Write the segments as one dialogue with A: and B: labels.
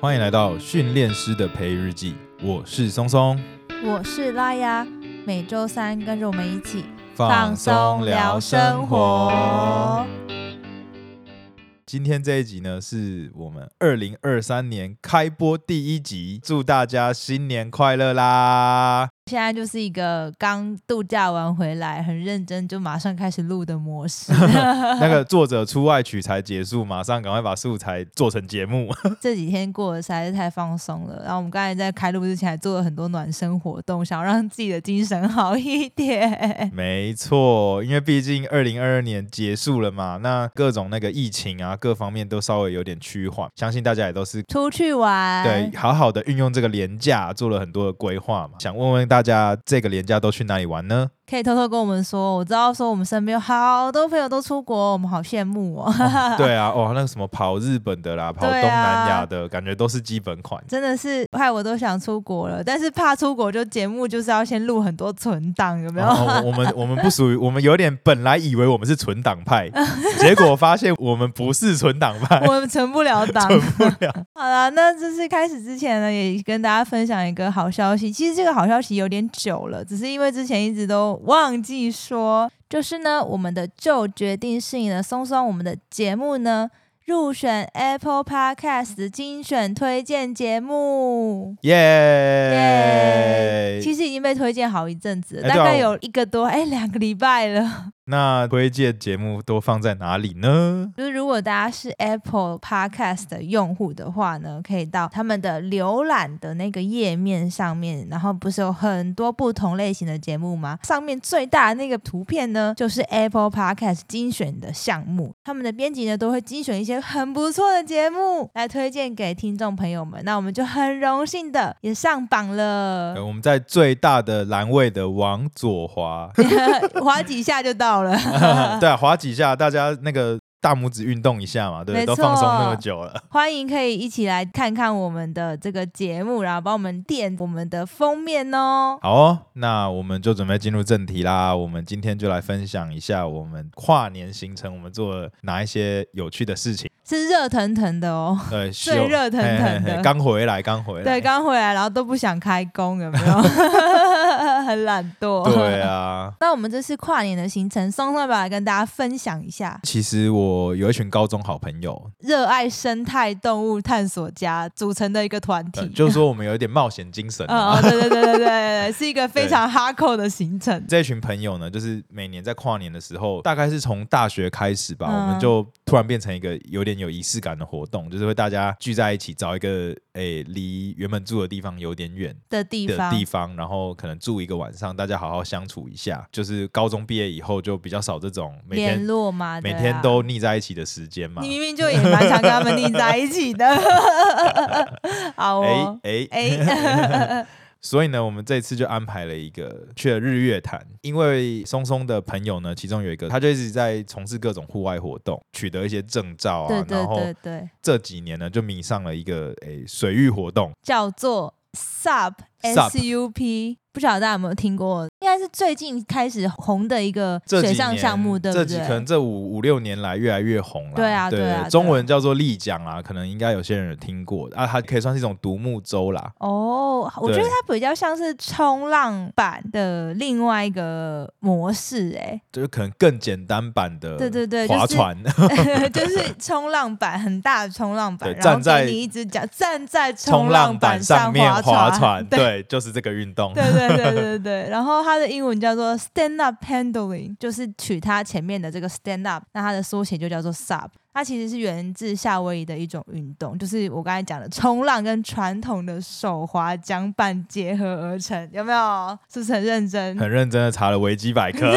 A: 欢迎来到训练师的培育日记，我是松松，
B: 我是拉雅，每周三跟着我们一起。。
A: 今天这一集呢，是我们二零二三年开播第一集，祝大家新年快乐啦！
B: 现在就是一个刚度假完回来，很认真就马上开始录的模式。
A: 那个作者出外取材结束，马上赶快把素材做成节目。
B: 这几天过得实在是太放松了。然后我们刚才在开录之前还做了很多暖身活动，想让自己的精神好一点。
A: 没错，因为毕竟二零二二年结束了嘛，那各种那个疫情啊，各方面都稍微有点趋缓，相信大家也都是
B: 出去玩，
A: 对，好好的运用这个廉价，做了很多的规划嘛。想问问大家，这个廉价都去哪里玩 呢？
B: 可以偷偷跟我们说。我知道说我们身边有好多朋友都出国，我们好羡慕哦。
A: 对啊，哦，那个什么跑日本的啦，跑
B: 对啊
A: 东南亚的、感觉都是基本款。
B: 真的是害我都想出国了，但是怕出国就节目就是要先录很多存档，有 没有？
A: 哦、我我们我们不属于，我们有点本来以为我们是存档派，结果发现我们不是存档派。
B: 我们存不了档，
A: 哎存不了。
B: 好了，那这次开始之前呢，也跟大家分享一个好消息。其实这个好消息有点久了，只是因为之前一直都忘记说，就是呢，我们的旧决定是你的松松，我们的节目呢入选 Apple Podcast 的精选推荐节目。
A: 耶、
B: 耶其实已经被推荐好一阵子
A: 哎
B: 了，大
A: 对啊
B: 概有一个多哎两个礼拜了。
A: 那推荐节目都放在哪里呢？
B: 就是如果大家是 Apple Podcast 的用户的话呢，可以到他们的浏览的那个页面上面，然后不是有很多不同类型的节目吗？上面最大的那个图片呢，就是 Apple Podcast 精选的项目，他们的编辑呢都会精选一些很不错的节目来推荐给听众朋友们。那我们就很荣幸的也上榜了
A: 呃，，我们在最大的栏位的往左滑，
B: 滑几下就到了。
A: 对啊，滑几下，大家那个大拇指运动一下嘛，对不对，
B: 没
A: 都
B: 错
A: 放松那么久了。
B: 欢迎可以一起来看看我们的这个节目，然后帮我们垫我们的封面哦。
A: 好哦，那我们就准备进入正题啦。我们今天就来分享一下我们跨年行程，我们做了哪一些有趣的事情。
B: 是热腾腾的哦，
A: 对，
B: 最
A: 希望
B: 热腾腾的
A: 嘿嘿嘿刚回来，刚回来。
B: 对，刚回来然后都不想开工，有没 有？很懒惰。
A: 对。啊。
B: 那我们这次跨年的行程，松松要不要来跟大家分享一下？
A: 其实我有一群高中好朋友，
B: 热爱生态动物探索家组成的一个团体，
A: 呃就是说我们有一点冒险精神、啊。
B: 嗯，嗯对对对对对对对，是一个非常哈扣的行程。
A: 这群朋友呢，就是每年在跨年的时候，大概是从大学开始吧，
B: 嗯
A: 我们就突然变成一个有点有仪式感的活动，就是会大家聚在一起，找一个诶离原本住的地方有点远
B: 的地
A: 的
B: 方，
A: 地方，然后可能住一个晚上，大家好好相处一下。就是高中毕业以后，就比较少这种每
B: 联
A: 天、
B: 络嘛，
A: 每
B: 对啊
A: 天都腻在一起的时间嘛
B: 你。明明就也蛮想跟他们腻在一 起的。好
A: 哎
B: 哦，
A: 哎
B: 哎、
A: 所以呢，我们这次就安排了一个去了日月潭，因为松松的朋友呢，其中有一个他就一直在从事各种户外活动，取得一些证照啊，
B: 对对
A: 然后
B: 对对，
A: 这几年呢就迷上了一个诶水域活动，
B: 叫做 SUP
A: Sup
B: S U P，不晓得大家有没有听过？应该是最近开始红的一个
A: 这几
B: 水
A: 年
B: 上项目，对不
A: 这几可
B: 对
A: 能？这五五六年来越来越红了。
B: 对啊对啊对啊
A: 中文叫做立桨啦，可能应该有些人有听过啊，它可以算是一种独木舟啦。
B: 哦，我觉
A: 对
B: 得它比较像是冲浪版的另外一个模式、
A: 就是可能更简单版的，
B: 对对对就是
A: 划船，
B: 哎， 就是冲浪板，很大的冲浪板，
A: 对
B: 然后
A: 站在
B: 给你一只脚站在
A: 冲
B: 浪
A: 浪板
B: 上
A: 面划
B: 船，
A: 对，就是这个运动。
B: 对对对对对对，然后它的英文叫做 stand up paddling，就是取它前面的这个 stand up，那它的缩写就叫做 sub。它其实是源自夏威夷的一种运动，就是我刚才讲的冲浪跟传统的手滑桨板结合而成，有没有？是不是很认真？
A: 很认真的查了维基百 科，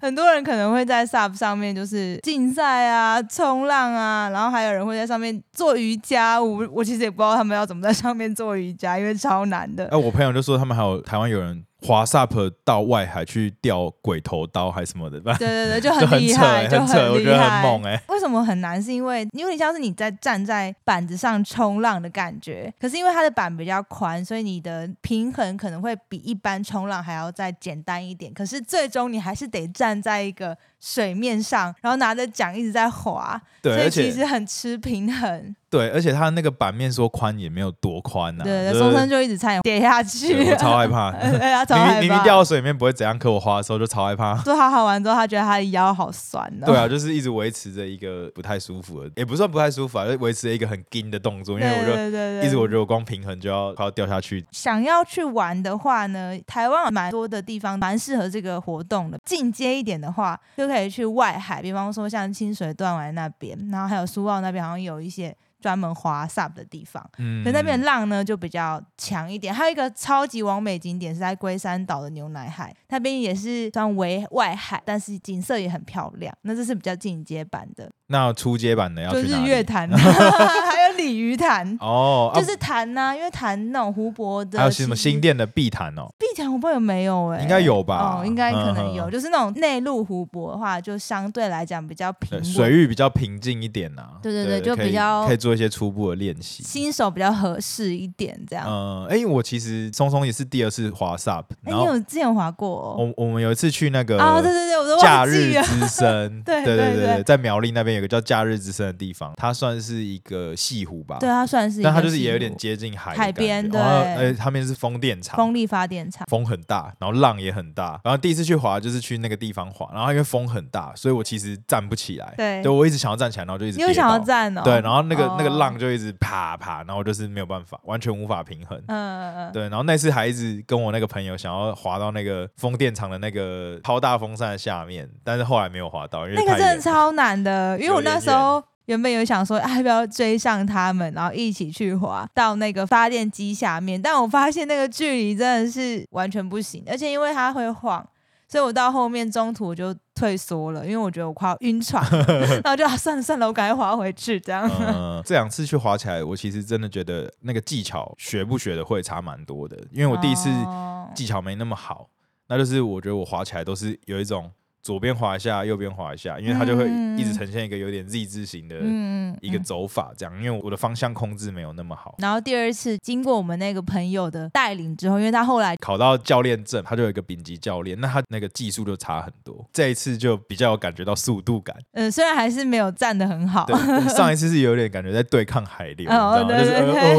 B: 很多人可能会在 sub 上面就是竞赛啊、冲浪啊，然后还有人会在上面做瑜伽。我我其实也不知道他们要怎么在上面做瑜伽，因为超难的
A: 哎、。我朋友就说他们还有台湾有人滑 SUP 到外海去钓鬼头刀还是什么的， 反
B: 对对对，就
A: 正就
B: 很
A: 很
B: 厉
A: 扯、
B: 害，
A: 欸，
B: 就
A: 很扯，我觉
B: 厉
A: 得
B: 害。
A: 很猛哎、
B: 为什么很难？是因为有点像是你在站在板子上冲浪的感觉，可是因为它的板比较宽，所以你的平衡可能会比一般冲浪还要再简单一点。可是最终你还是得站在一个水面上，然后拿着桨一直在划，所
A: 对，
B: 以
A: 而
B: 其
A: 且
B: 实很吃平衡。
A: 对，而且它那个版面说宽也没有多宽呐、啊，
B: 对对
A: 就是
B: 对，松生就一直差点跌下去。
A: 对我，超害怕
B: 对他超
A: 你
B: 害
A: 你你
B: 怕。
A: 掉到水里面不会怎样，可我滑的时候就超害 怕。
B: 说他滑完之后，他觉得他的腰好酸哦。
A: 对啊，就是一直维持着一个不太舒服的，也不算不太舒服啊，就维持着一个很硬的动作，
B: 对，
A: 因为我就
B: 对对对
A: 一直我觉得我光平衡就要快要掉下去。
B: 想要去玩的话呢，台湾有蛮多的地方蛮适合这个活动的。进阶一点的话，就可以去外海，比方说像清水断崖那边，然后还有苏澳那边，好像有一些专门滑 SUP 的地方。
A: 嗯，
B: 可那边的浪呢就比较强一点，还有一个超级完美景点是在龟山岛的牛奶海，那边也是算为外海，但是景色也很漂亮。那这是比较进阶版的，
A: 那初阶版的要
B: 就
A: 去哪
B: 日
A: 里
B: 月潭，还有鲤鱼潭，
A: 哦，啊
B: 就是潭呐、因为潭那种湖泊的，
A: 还有什么
B: 其实
A: 新店的碧潭哦，
B: 碧潭湖泊有没有、欸？
A: 应该有吧
B: 哦，应该可能
A: 嗯
B: 有。
A: 嗯
B: 就是那种内陆湖泊的话，就相对来讲比较平
A: 对，
B: 稳，
A: 水域比较平静一点呐。
B: 对对对就
A: 可以
B: 比较
A: 可以做一些初步的练习。
B: 新手比较合适一点这样。
A: 嗯，哎，我其实松松也是第二次滑 SUP，
B: 哎、
A: 然
B: 你
A: 后
B: 有之前滑过、哦？
A: 我我们有一次去那个
B: 啊，对对对，我都
A: 假
B: 忘
A: 日
B: 记了。
A: 之声，
B: 对
A: 对
B: 对对
A: 对，在苗栗那边有个叫假日之声的地方，它算是一个西湖吧，
B: 对，它算是一个西
A: 但
B: 湖，
A: 它就是也有点接近海的
B: 海
A: 感觉
B: 边对
A: 然后呃，他们是风电场，
B: 风力发电厂。
A: 风很大，然后浪也很大。然后第一次去滑就是去那个地方滑，然后因为风很大，所以我其实站不起来。
B: 对
A: 我一直想要站起来，然后就一直
B: 你
A: 跌
B: 有
A: 倒。
B: 想要站哦？
A: 对，然后那个、
B: 哦
A: 那个浪就一直啪啪，然后我就是没有办法，完全无法平衡。
B: 嗯，嗯嗯，
A: 对，然后那次还一直跟我那个朋友想要滑到那个风电场的那个超大风扇的下面，但是后来没有滑到，因为
B: 那个
A: 太远
B: 真的超难的，因为我
A: 有点
B: 那时候。原本有想说，哎要不要追上他们，然后一起去滑到那个发电机下面？但我发现那个距离真的是完全不行，而且因为它会晃，所以我到后面中途我就退缩了，因为我觉得我快要晕船 了，然后就、啊、算了算了，我赶快滑回去这样。
A: 嗯，这两次去滑起来，我其实真的觉得那个技巧学不学的会差蛮多的，因为我第一次
B: 哦
A: 技巧没那么好，那就是我觉得我滑起来都是有一种左边滑一下，右边滑一下，因为它就会
B: 嗯
A: 一直呈现一个有点 Z 字形的
B: 嗯嗯
A: 一个
B: 嗯
A: 走法，这样，因为我的方向控制没有那么好。
B: 然后第二次经过我们那个朋友的带领之后，因为他后来
A: 考到教练证，他就有一个丙级教练，那他那个技术就差很多。这一次就比较有感觉到速度感，
B: 呃虽然还是没有站得很好，
A: 对，上一次是有点感觉在对抗海流，你知
B: 哦
A: 道吗？就是
B: 对对
A: 呃哦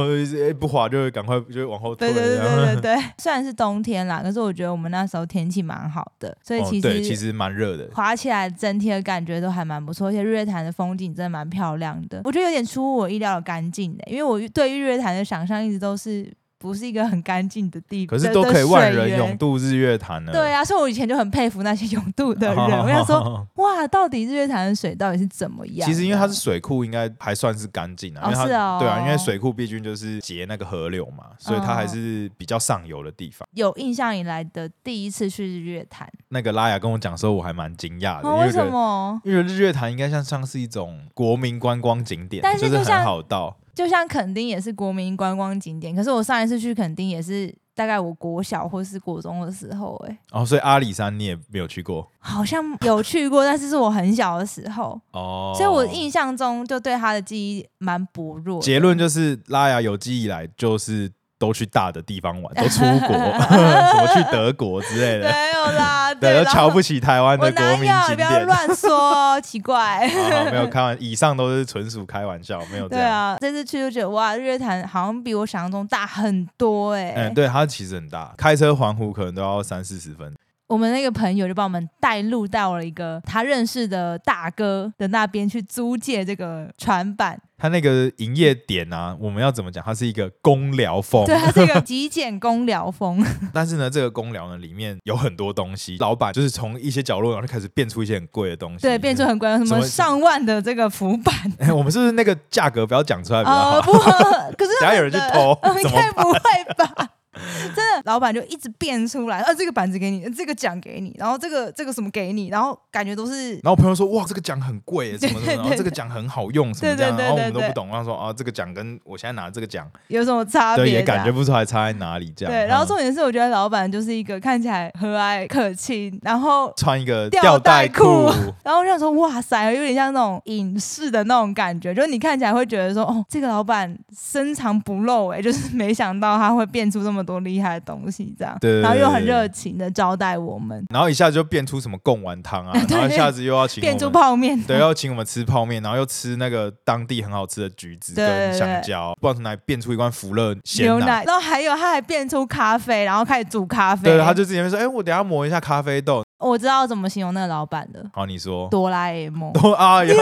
A: 哦就是哎不滑就会赶快就会往后退
B: 对对
A: 这
B: 对
A: 样，
B: 对对对， 虽然是冬天啦，可是我觉得我们那时候天气蛮好的，所以
A: 哦
B: 其实、
A: 对，其实蛮热的，
B: 滑起来整体的感觉都还蛮不错，而且日月潭的风景真的蛮漂亮的，我觉得有点出乎我意料的干净欸的，因为我对日月潭的想象一直都是不是一个很干净的地，
A: 可是
B: 的
A: 都可以万。
B: 的水
A: 人
B: 源
A: 涌渡日月潭呢。
B: 对啊，所以我以前就很佩服那些泳渡 的人，我想说，
A: 说，
B: 哇，到底日月潭的水到底是怎么样？
A: 其实因为它是
B: 这样
A: 水库，应该还算是干净啊，因
B: 哦
A: 为它
B: 是哦
A: 对啊，因为水库毕竟就是截那个河流嘛，所以它还是比较上游的地方。
B: 有印象以来的第一次去日月潭，
A: 那个拉雅跟我讲说，我还蛮惊讶的，
B: 哦、
A: 啊因
B: 为
A: 为觉
B: 什
A: 得
B: 么？
A: 因为日月潭应该像像是一种国民观光景点，
B: 但是
A: 就是
B: 就像
A: 很好到。
B: 就像垦丁也是国民观光景点，可是我上一次去垦丁也是大概我国小或是国中的时候、欸，哎，
A: 哦，所以阿里山你也没有去过
B: 好像有去过，但是是我很小的时候，
A: 哦，
B: 所以我印象中就对它的记忆蛮薄弱的。
A: 结论就是拉雅有记忆以来就是都去大的地方 玩，都出国， 什么去德国之类的，
B: 没有 啦，
A: 对，都
B: 啦
A: 瞧不起台湾
B: 我
A: 的
B: 哪
A: 国民
B: 有？
A: 景
B: 不要
A: 点。
B: 乱说，奇怪。
A: 好好没有开玩，以上都是纯属开玩笑，没有这
B: 对
A: 样。
B: 啊，这次去就觉得哇，日月潭好像比我想象中大很多哎、
A: 嗯，对，它其实很大，开车环湖可能都要三四十分。
B: 我们那个朋友就把我们带路到了一个他认识的大哥的那边去租借这个船板，
A: 它那个营业点啊，我们要怎么讲？它是一个公寮风，
B: 对，它是一 个极简公疗风，
A: 但是呢，这个公寮呢里面有很多东西，老板就是从一些角落然后就开始变出一些很贵的东西。
B: 对，变出很贵，什
A: 什
B: 么
A: 么
B: 上万的这个浮板，
A: 哎、我们是不是那个价格不要讲出来比较好？
B: 呃，不，可是
A: 等下有人去偷
B: 呃应
A: 怎么
B: 该不会吧？ 真的，老板就一直变出来，啊，这个板子给你，这个奖给你，然后这个这个什么给你，然后感觉都是
A: 然后我朋友说：“哇，这个奖很贵耶，什么什么，
B: 对对
A: 然后这个奖很好用，什么这样。”
B: 对对对
A: 然后我们
B: 对
A: 都
B: 对
A: 不懂，然后说：“啊，这个奖跟我现在拿这个奖，
B: 有什么差别
A: 对，
B: 的，啊
A: 也感觉不出来差在哪里。”这样
B: 对。然后
A: 嗯
B: 重点是，我觉得老板就是一个看起来和蔼可亲，然后
A: 穿一个
B: 吊
A: 吊
B: 带
A: 带
B: 裤
A: 裤，
B: 然后我想说，哇塞，有点像那种影视的那种感觉，就是你看起来会觉得说，哦，这个老板深藏不露、欸，哎，就是没想到他会变出这么多厉害的东西这样，
A: 对对对
B: 然后又很
A: 对对
B: 热情的招待我们，，
A: 然后一下就变出什么贡丸汤啊
B: 对
A: 然后一下子又要请
B: 变
A: 我
B: 猪
A: 们。
B: 泡面，
A: 对，要请我们吃泡面，然后又吃那个当地很好吃的橘子
B: 对对
A: 跟
B: 对
A: 香蕉，不知道从哪里变出一罐福乐鲜
B: 牛
A: 奶。
B: 奶，然后还有他还变出咖啡，然后开始煮咖啡。
A: 对，他就之前会说，哎、我等一下磨一下咖啡豆。
B: 我知道怎么形容那个老板了，
A: 好，你说，
B: 哆啦 A 梦，
A: 都啊，有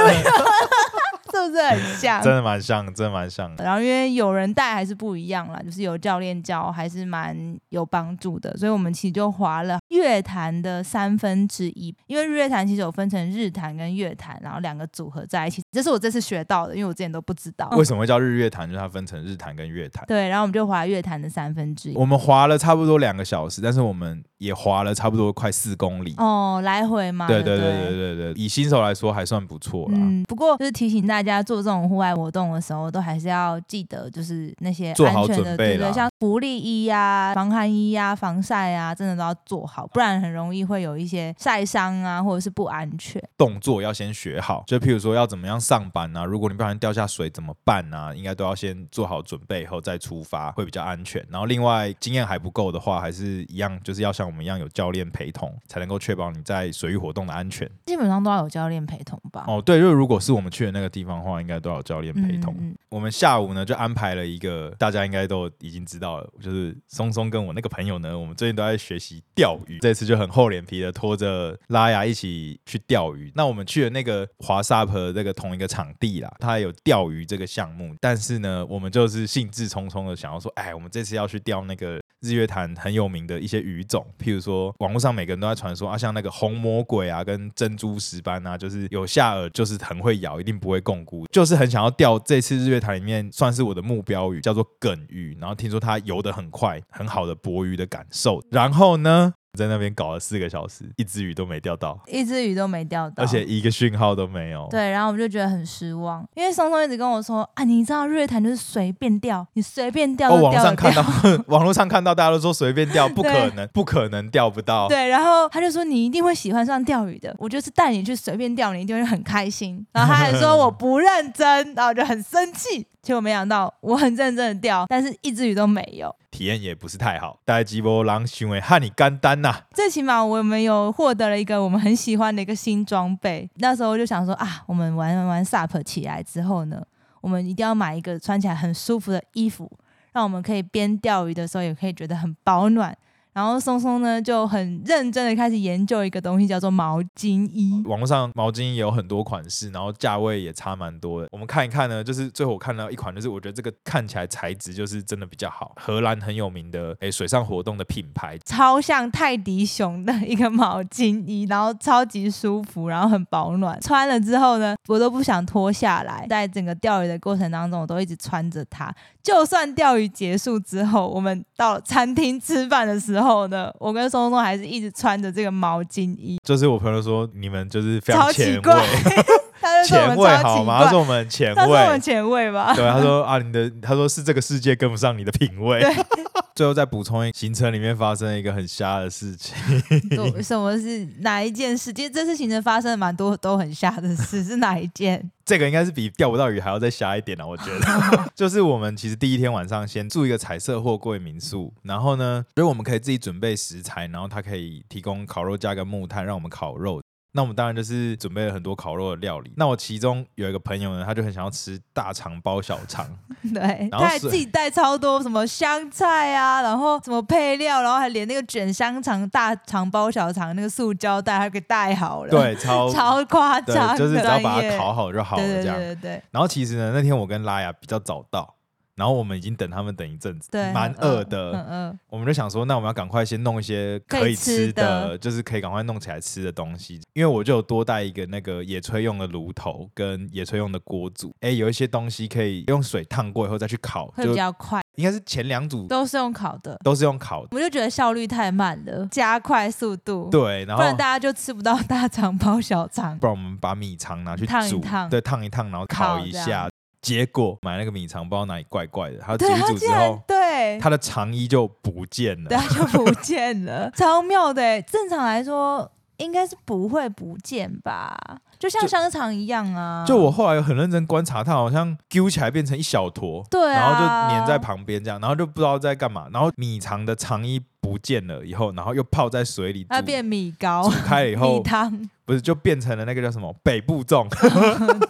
B: 是不是很像？
A: 真的蛮像，真的蛮像。
B: 然后因为有人带还是不一样啦，就是有教练教还是蛮有帮助的，所以我们其实就划了乐坛的三分之一，因为日月潭其实有分成日坛跟乐坛，然后两个组合在一起，这是我这次学到的，因为我之前都不知道。
A: 为什么会叫日月潭？就是它分成日潭跟月潭。
B: 对，然后我们就划乐坛的三分之一。
A: 我们滑了差不多两个小时，但是我们也滑了差不多快四公里。
B: 哦，来回嘛，
A: 对
B: 对
A: 对
B: 不
A: 对对对对，以新手来说还算不错啦。
B: 嗯，不过就是提醒大家做这种户外活动的时候，都还是要记得就是那些
A: 做好
B: 安全
A: 准
B: 的，
A: 备
B: 对对，
A: 啦
B: 像福利衣呀、防寒衣呀、防晒啊，真的都要做好，不然很容易会有一些晒伤啊，或者是不安全。
A: 动作要先学好，就譬如说要怎么样上班啊，如果你不小心掉下水怎么办啊，应该都要先做好准备以后再出发，会比较安全。然后另外经验还不够的话，还是一样，就是要像我们一样有教练陪同，才能够确保你在水域活动的安全。
B: 基本上都要有教练陪同吧。
A: 哦，对，就是如果是我们去的那个地方的话，应该都要有教练
B: 嗯
A: 陪同。
B: 嗯
A: 我们下午呢就安排了一个，大家应该都已经知道了，就是松松跟我那个朋友呢，我们最近都在学习钓鱼，这次就很厚脸皮的拖着拉雅一起去钓鱼。那我们去的那个华沙和这个同一个场地啦，它有钓鱼这个项目，但是呢，我们就是兴致冲冲的想要说，哎，我们这次要去钓那个。日月潭很有名的一些鱼种，譬如说网络上每个人都在传说啊，像那个红魔鬼啊，跟珍珠石斑啊，就是有下饵，就是很会咬，一定不会共估，就是很想要钓这次日月潭里面算是我的目标鱼，叫做梗鱼。然后听说它游得很快，很好的搏鱼的感受。然后呢，在那边搞了四个小时，一只鱼都没钓到，
B: 一只鱼都没钓到，
A: 而且一个讯号都没有。
B: 对，啊然后我们就觉得很失望，因为松松一直跟我说啊，你知道日月潭就是随便钓，你随便钓
A: 哦，
B: 都
A: 网
B: 钓得
A: 上
B: 掉
A: 看。到， 网络上看到，大家都说随便钓，不可
B: 对
A: 能，不可能钓不到。
B: 对，然后他就说你一定会喜欢上钓鱼的，我就是带你去随便钓，你一定会很开心。然后他还说我不认真，然后我就很生气。结果没想到我很认真的钓，但是一只鱼都没有。
A: 体验也不是太好。大家吉波狼行为和你干单呐、
B: 最起码我们有获得了一个我们很喜欢的一个新装备。那时候就想说啊，我们玩玩玩 SUP 起来之后呢，我们一定要买一个穿起来很舒服的衣服，让我们可以边钓鱼的时候也可以觉得很保暖。然后松松呢就很认真的开始研究一个东西，叫做毛巾衣。
A: 网络上毛巾也有很多款式，然后价位也差蛮多的。我们看一看呢，就是最后我看到一款，就是我觉得这个看起来材质就是真的比较好，荷兰很有名的诶水上活动的品牌。
B: 超像泰迪熊的一个毛巾衣，然后超级舒服，然后很保暖。穿了之后呢，我都不想脱下来。在整个钓鱼的过程当中，我都一直穿着它。就算钓鱼结束之后，我们到餐厅吃饭的时候呢，我跟松松还是一直穿着这个毛巾衣，
A: 就是我朋友说你们就是非
B: 超
A: 常
B: 奇
A: 前
B: 怪
A: 卫，。
B: 他就说我
A: 前
B: 们
A: 卫
B: 超
A: 好
B: 奇
A: 吗？他
B: 怪
A: 说，我们很前
B: 他说我们
A: 卫。
B: 前卫吧？
A: 对，他说啊，你的他说是这个世界跟不上你的品味。 最后再补充一，行程里面发生了一个很瞎的事情。
B: 都什么是哪一件事？其实这次行程发生了蛮多都很吓的事，是哪一件？
A: 这个应该是比钓不到鱼还要再瞎一点啊了、我觉 得。就是我们其实第一天晚上先住一个彩色货柜民宿，然后呢，所以我们可以自己准备食材，然后它可以提供烤肉架跟木炭让我们烤肉。那我们当然就是准备了很多烤肉的料理。那我其中有一个朋友呢，他就很想要吃大肠包小 肠，
B: 对，
A: 然
B: 他
A: 后
B: 还
A: 是
B: 自己带超多什么香菜啊，然后什么配料，然后还连那个卷香肠、大肠包小肠那个塑胶袋，他给带好了，，
A: 对，超
B: 超夸
A: 对
B: 张，的，
A: 就是只要把
B: 耶
A: 它烤好就好了
B: 对
A: 这
B: 对
A: 样。
B: 对对对，
A: 然后其实呢，那天我跟拉雅比较早到，然后我们已经等他们等一阵子，
B: 对，嗯
A: 蛮
B: 很
A: 饿的，
B: 很饿，
A: 我们就想说，那我们要赶快先弄一些
B: 可
A: 可
B: 以
A: 以
B: 吃
A: 吃
B: 的
A: 的，就是可以赶快弄起来吃的东西。因为我就有多带一个那个野炊用的炉头跟野炊用的锅煮，哎，有一些东西可以用水烫过以后再去烤，
B: 会
A: 就
B: 比较快，
A: 应该是前两组
B: 都是用烤的，
A: 都是用烤的，
B: 我就觉得效率太慢了，加快速度，
A: 对，然
B: 不
A: 后
B: 然大家就吃不到大肠包小肠。
A: 不然我们把米肠拿去
B: 烫一
A: 煮，
B: 烫
A: 对，烫一烫，然后
B: 烤
A: 烤一
B: 这样
A: 下。结果买那个米肠不知道哪里怪怪的，它煮
B: 对
A: 一
B: 他
A: 煮
B: 竟
A: 之
B: 然
A: 后，
B: 对
A: 它的肠衣就不见了
B: 对，。它就不见了，超妙的欸。正常来说，应该是不会不见吧？就像
A: 就
B: 香肠一样啊。
A: 就我后来有很认真观察，它好像揪起来变成一小坨，
B: 对啊
A: 然后就粘在旁边这样，然后就不知道在干嘛。然后米肠的肠衣不见了以后，然后又泡在水里煮
B: 它变米糕
A: 煮、开了以
B: 米
A: 后，
B: 汤，
A: 不是就变成了那个叫什么北部粽，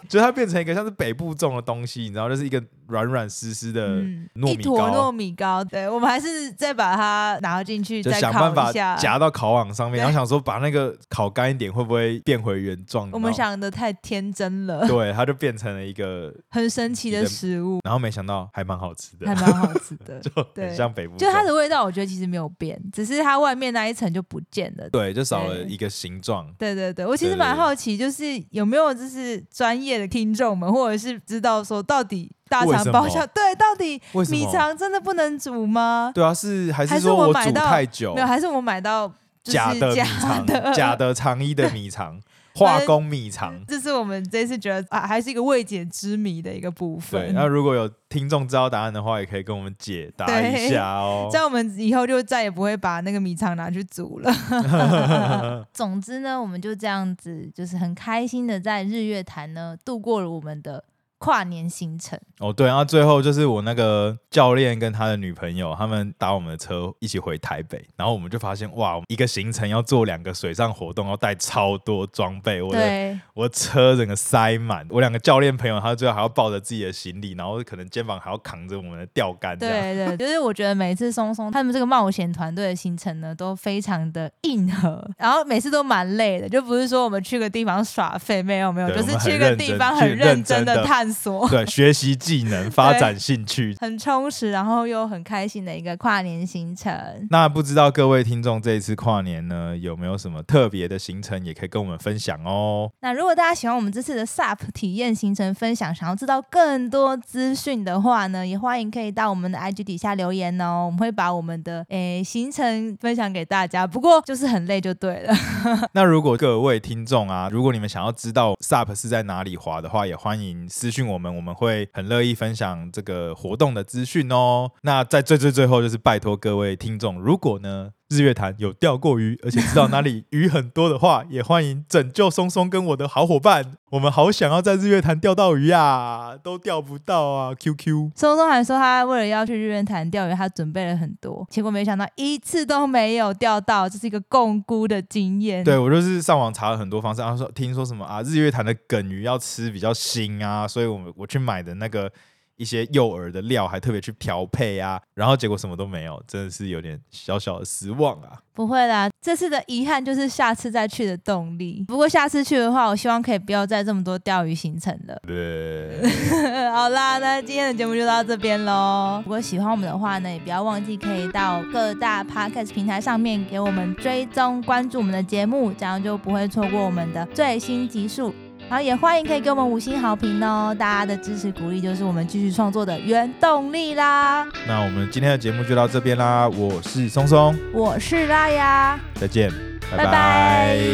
A: 就它变成一个像是北部粽的东西，你知道，就是一个软软湿湿的
B: 嗯，
A: 糯
B: 一
A: 米
B: 坨糯
A: 糕，
B: 米糕。对，我们还是再把它拿进去，
A: 就
B: 再
A: 想
B: 烤
A: 办
B: 一
A: 法
B: 下。
A: 夹到烤网上面，
B: 对
A: 然后想说把那个烤干一点，会不会变回原状？
B: 我们
A: 你知道吗，
B: 想的太天真了，
A: 对，它就变成了一个，
B: 很神奇的食物，
A: 然后没想到还蛮好吃的
B: 还，蛮好吃 的。
A: 就很
B: 对
A: 像北部粽，
B: 就它的味道，我觉得其实没有变，只是它外面那一层就不见了。
A: 对，就少了
B: 对
A: 一个形状。
B: 对对对，我其
A: 对
B: 实
A: 对
B: 蛮
A: 对
B: 好奇，就是有没有就是专业的听众们，或者是知道说到底大
A: 为
B: 肠
A: 什
B: 包
A: 么
B: 小对，到底
A: 为什么
B: 米肠真的不能煮吗？
A: 对啊，是还是
B: 还是
A: 说
B: 我
A: 我
B: 买
A: 煮
B: 到
A: 太久
B: 没，有，还是我买到就是
A: 哦假的米
B: 假
A: 肠，
B: 的，
A: 假 的肠衣的米肠，化工米肠。
B: 这是我们这次觉得啊，还是一个未解之谜的一个部
A: 对，
B: 分。
A: 那如果有听众知道答案的话，也可以跟我们解答一下哦
B: 这。样我们以后就再也不会把那个米肠拿去煮了。 总之呢，我们就这样子，就是很开心的在日月潭呢度过了我们的跨年行程。
A: 哦，对，然后最后就是我那个教练跟他的女朋友，他们搭我们的车一起回台北，然后我们就发现哇，一个行程要做两个水上活动，要带超多装备，我的
B: 对，
A: 我车整个塞满，我两个教练朋友，他最后还要抱着自己的行李，然后可能肩膀还要扛着我们的钓竿，这样。
B: 对对，就是我觉得每次松松他们这个冒险团队的行程呢，都非常的硬核，然后每次都蛮累的，就不是说我们去个地方耍废，没有没有，
A: 对
B: 就
A: 我
B: 是
A: 们很
B: 去个
A: 认
B: 地
A: 真
B: 方
A: 去
B: 很认
A: 认真
B: 真的
A: 地
B: 探 索。
A: 对，学习技能，发展兴趣。
B: 很充实，然后又很开心的一个跨年行程。
A: 那不知道各位听众这一次跨年呢，有没有什么特别的行程，也可以跟我们分享哦。
B: 那如果大家喜欢我们这次的 SUP 体验行程分享，想要知道更多资讯的话呢，也欢迎可以到我们的 IG 底下留言哦，我们会把我们的诶行程分享给大家。不过就是很累就对了，
A: 那如果各位听众啊，如果你们想要知道 SUP 是在哪里滑的话，也欢迎私讯我们，我们会很乐意分享这个活动的资讯哦。那在最最最后，就是拜托各位听众，如果呢日月潭有钓过鱼，而且知道哪里鱼很多的话，也欢迎拯救松松跟我的好伙伴，我们好想要在日月潭钓到鱼啊，都钓不到啊，QQ。
B: 松松还说他为了要去日月潭钓鱼，他准备了很多，结果没想到一次都没有钓到，这是一个共估的经验。
A: 对，我就是上网查了很多方式，然后说听说什么啊，日月潭的梗鱼要吃比较腥啊，所以我们我去买的那个一些诱饵的料还特别去调配啊，然后结果什么都没有，真的是有点小小的失望啊。
B: 不会啦，这次的遗憾就是下次再去的动力。不过下次去的话，我希望可以不要再这么多钓鱼行程了。
A: 对，
B: 好啦，那今天的节目就到这边喽。如果喜欢我们的话呢，也不要忘记可以到各大 podcast 平台上面给我们追踪关注我们的节目，这样就不会错过我们的最新集数。然后也欢迎可以给我们五星好评哦，大家的支持鼓励就是我们继续创作的原动力啦。
A: 那我们今天的节目就到这边啦，我是松松，
B: 我是拉雅，
A: 再见，
B: 拜拜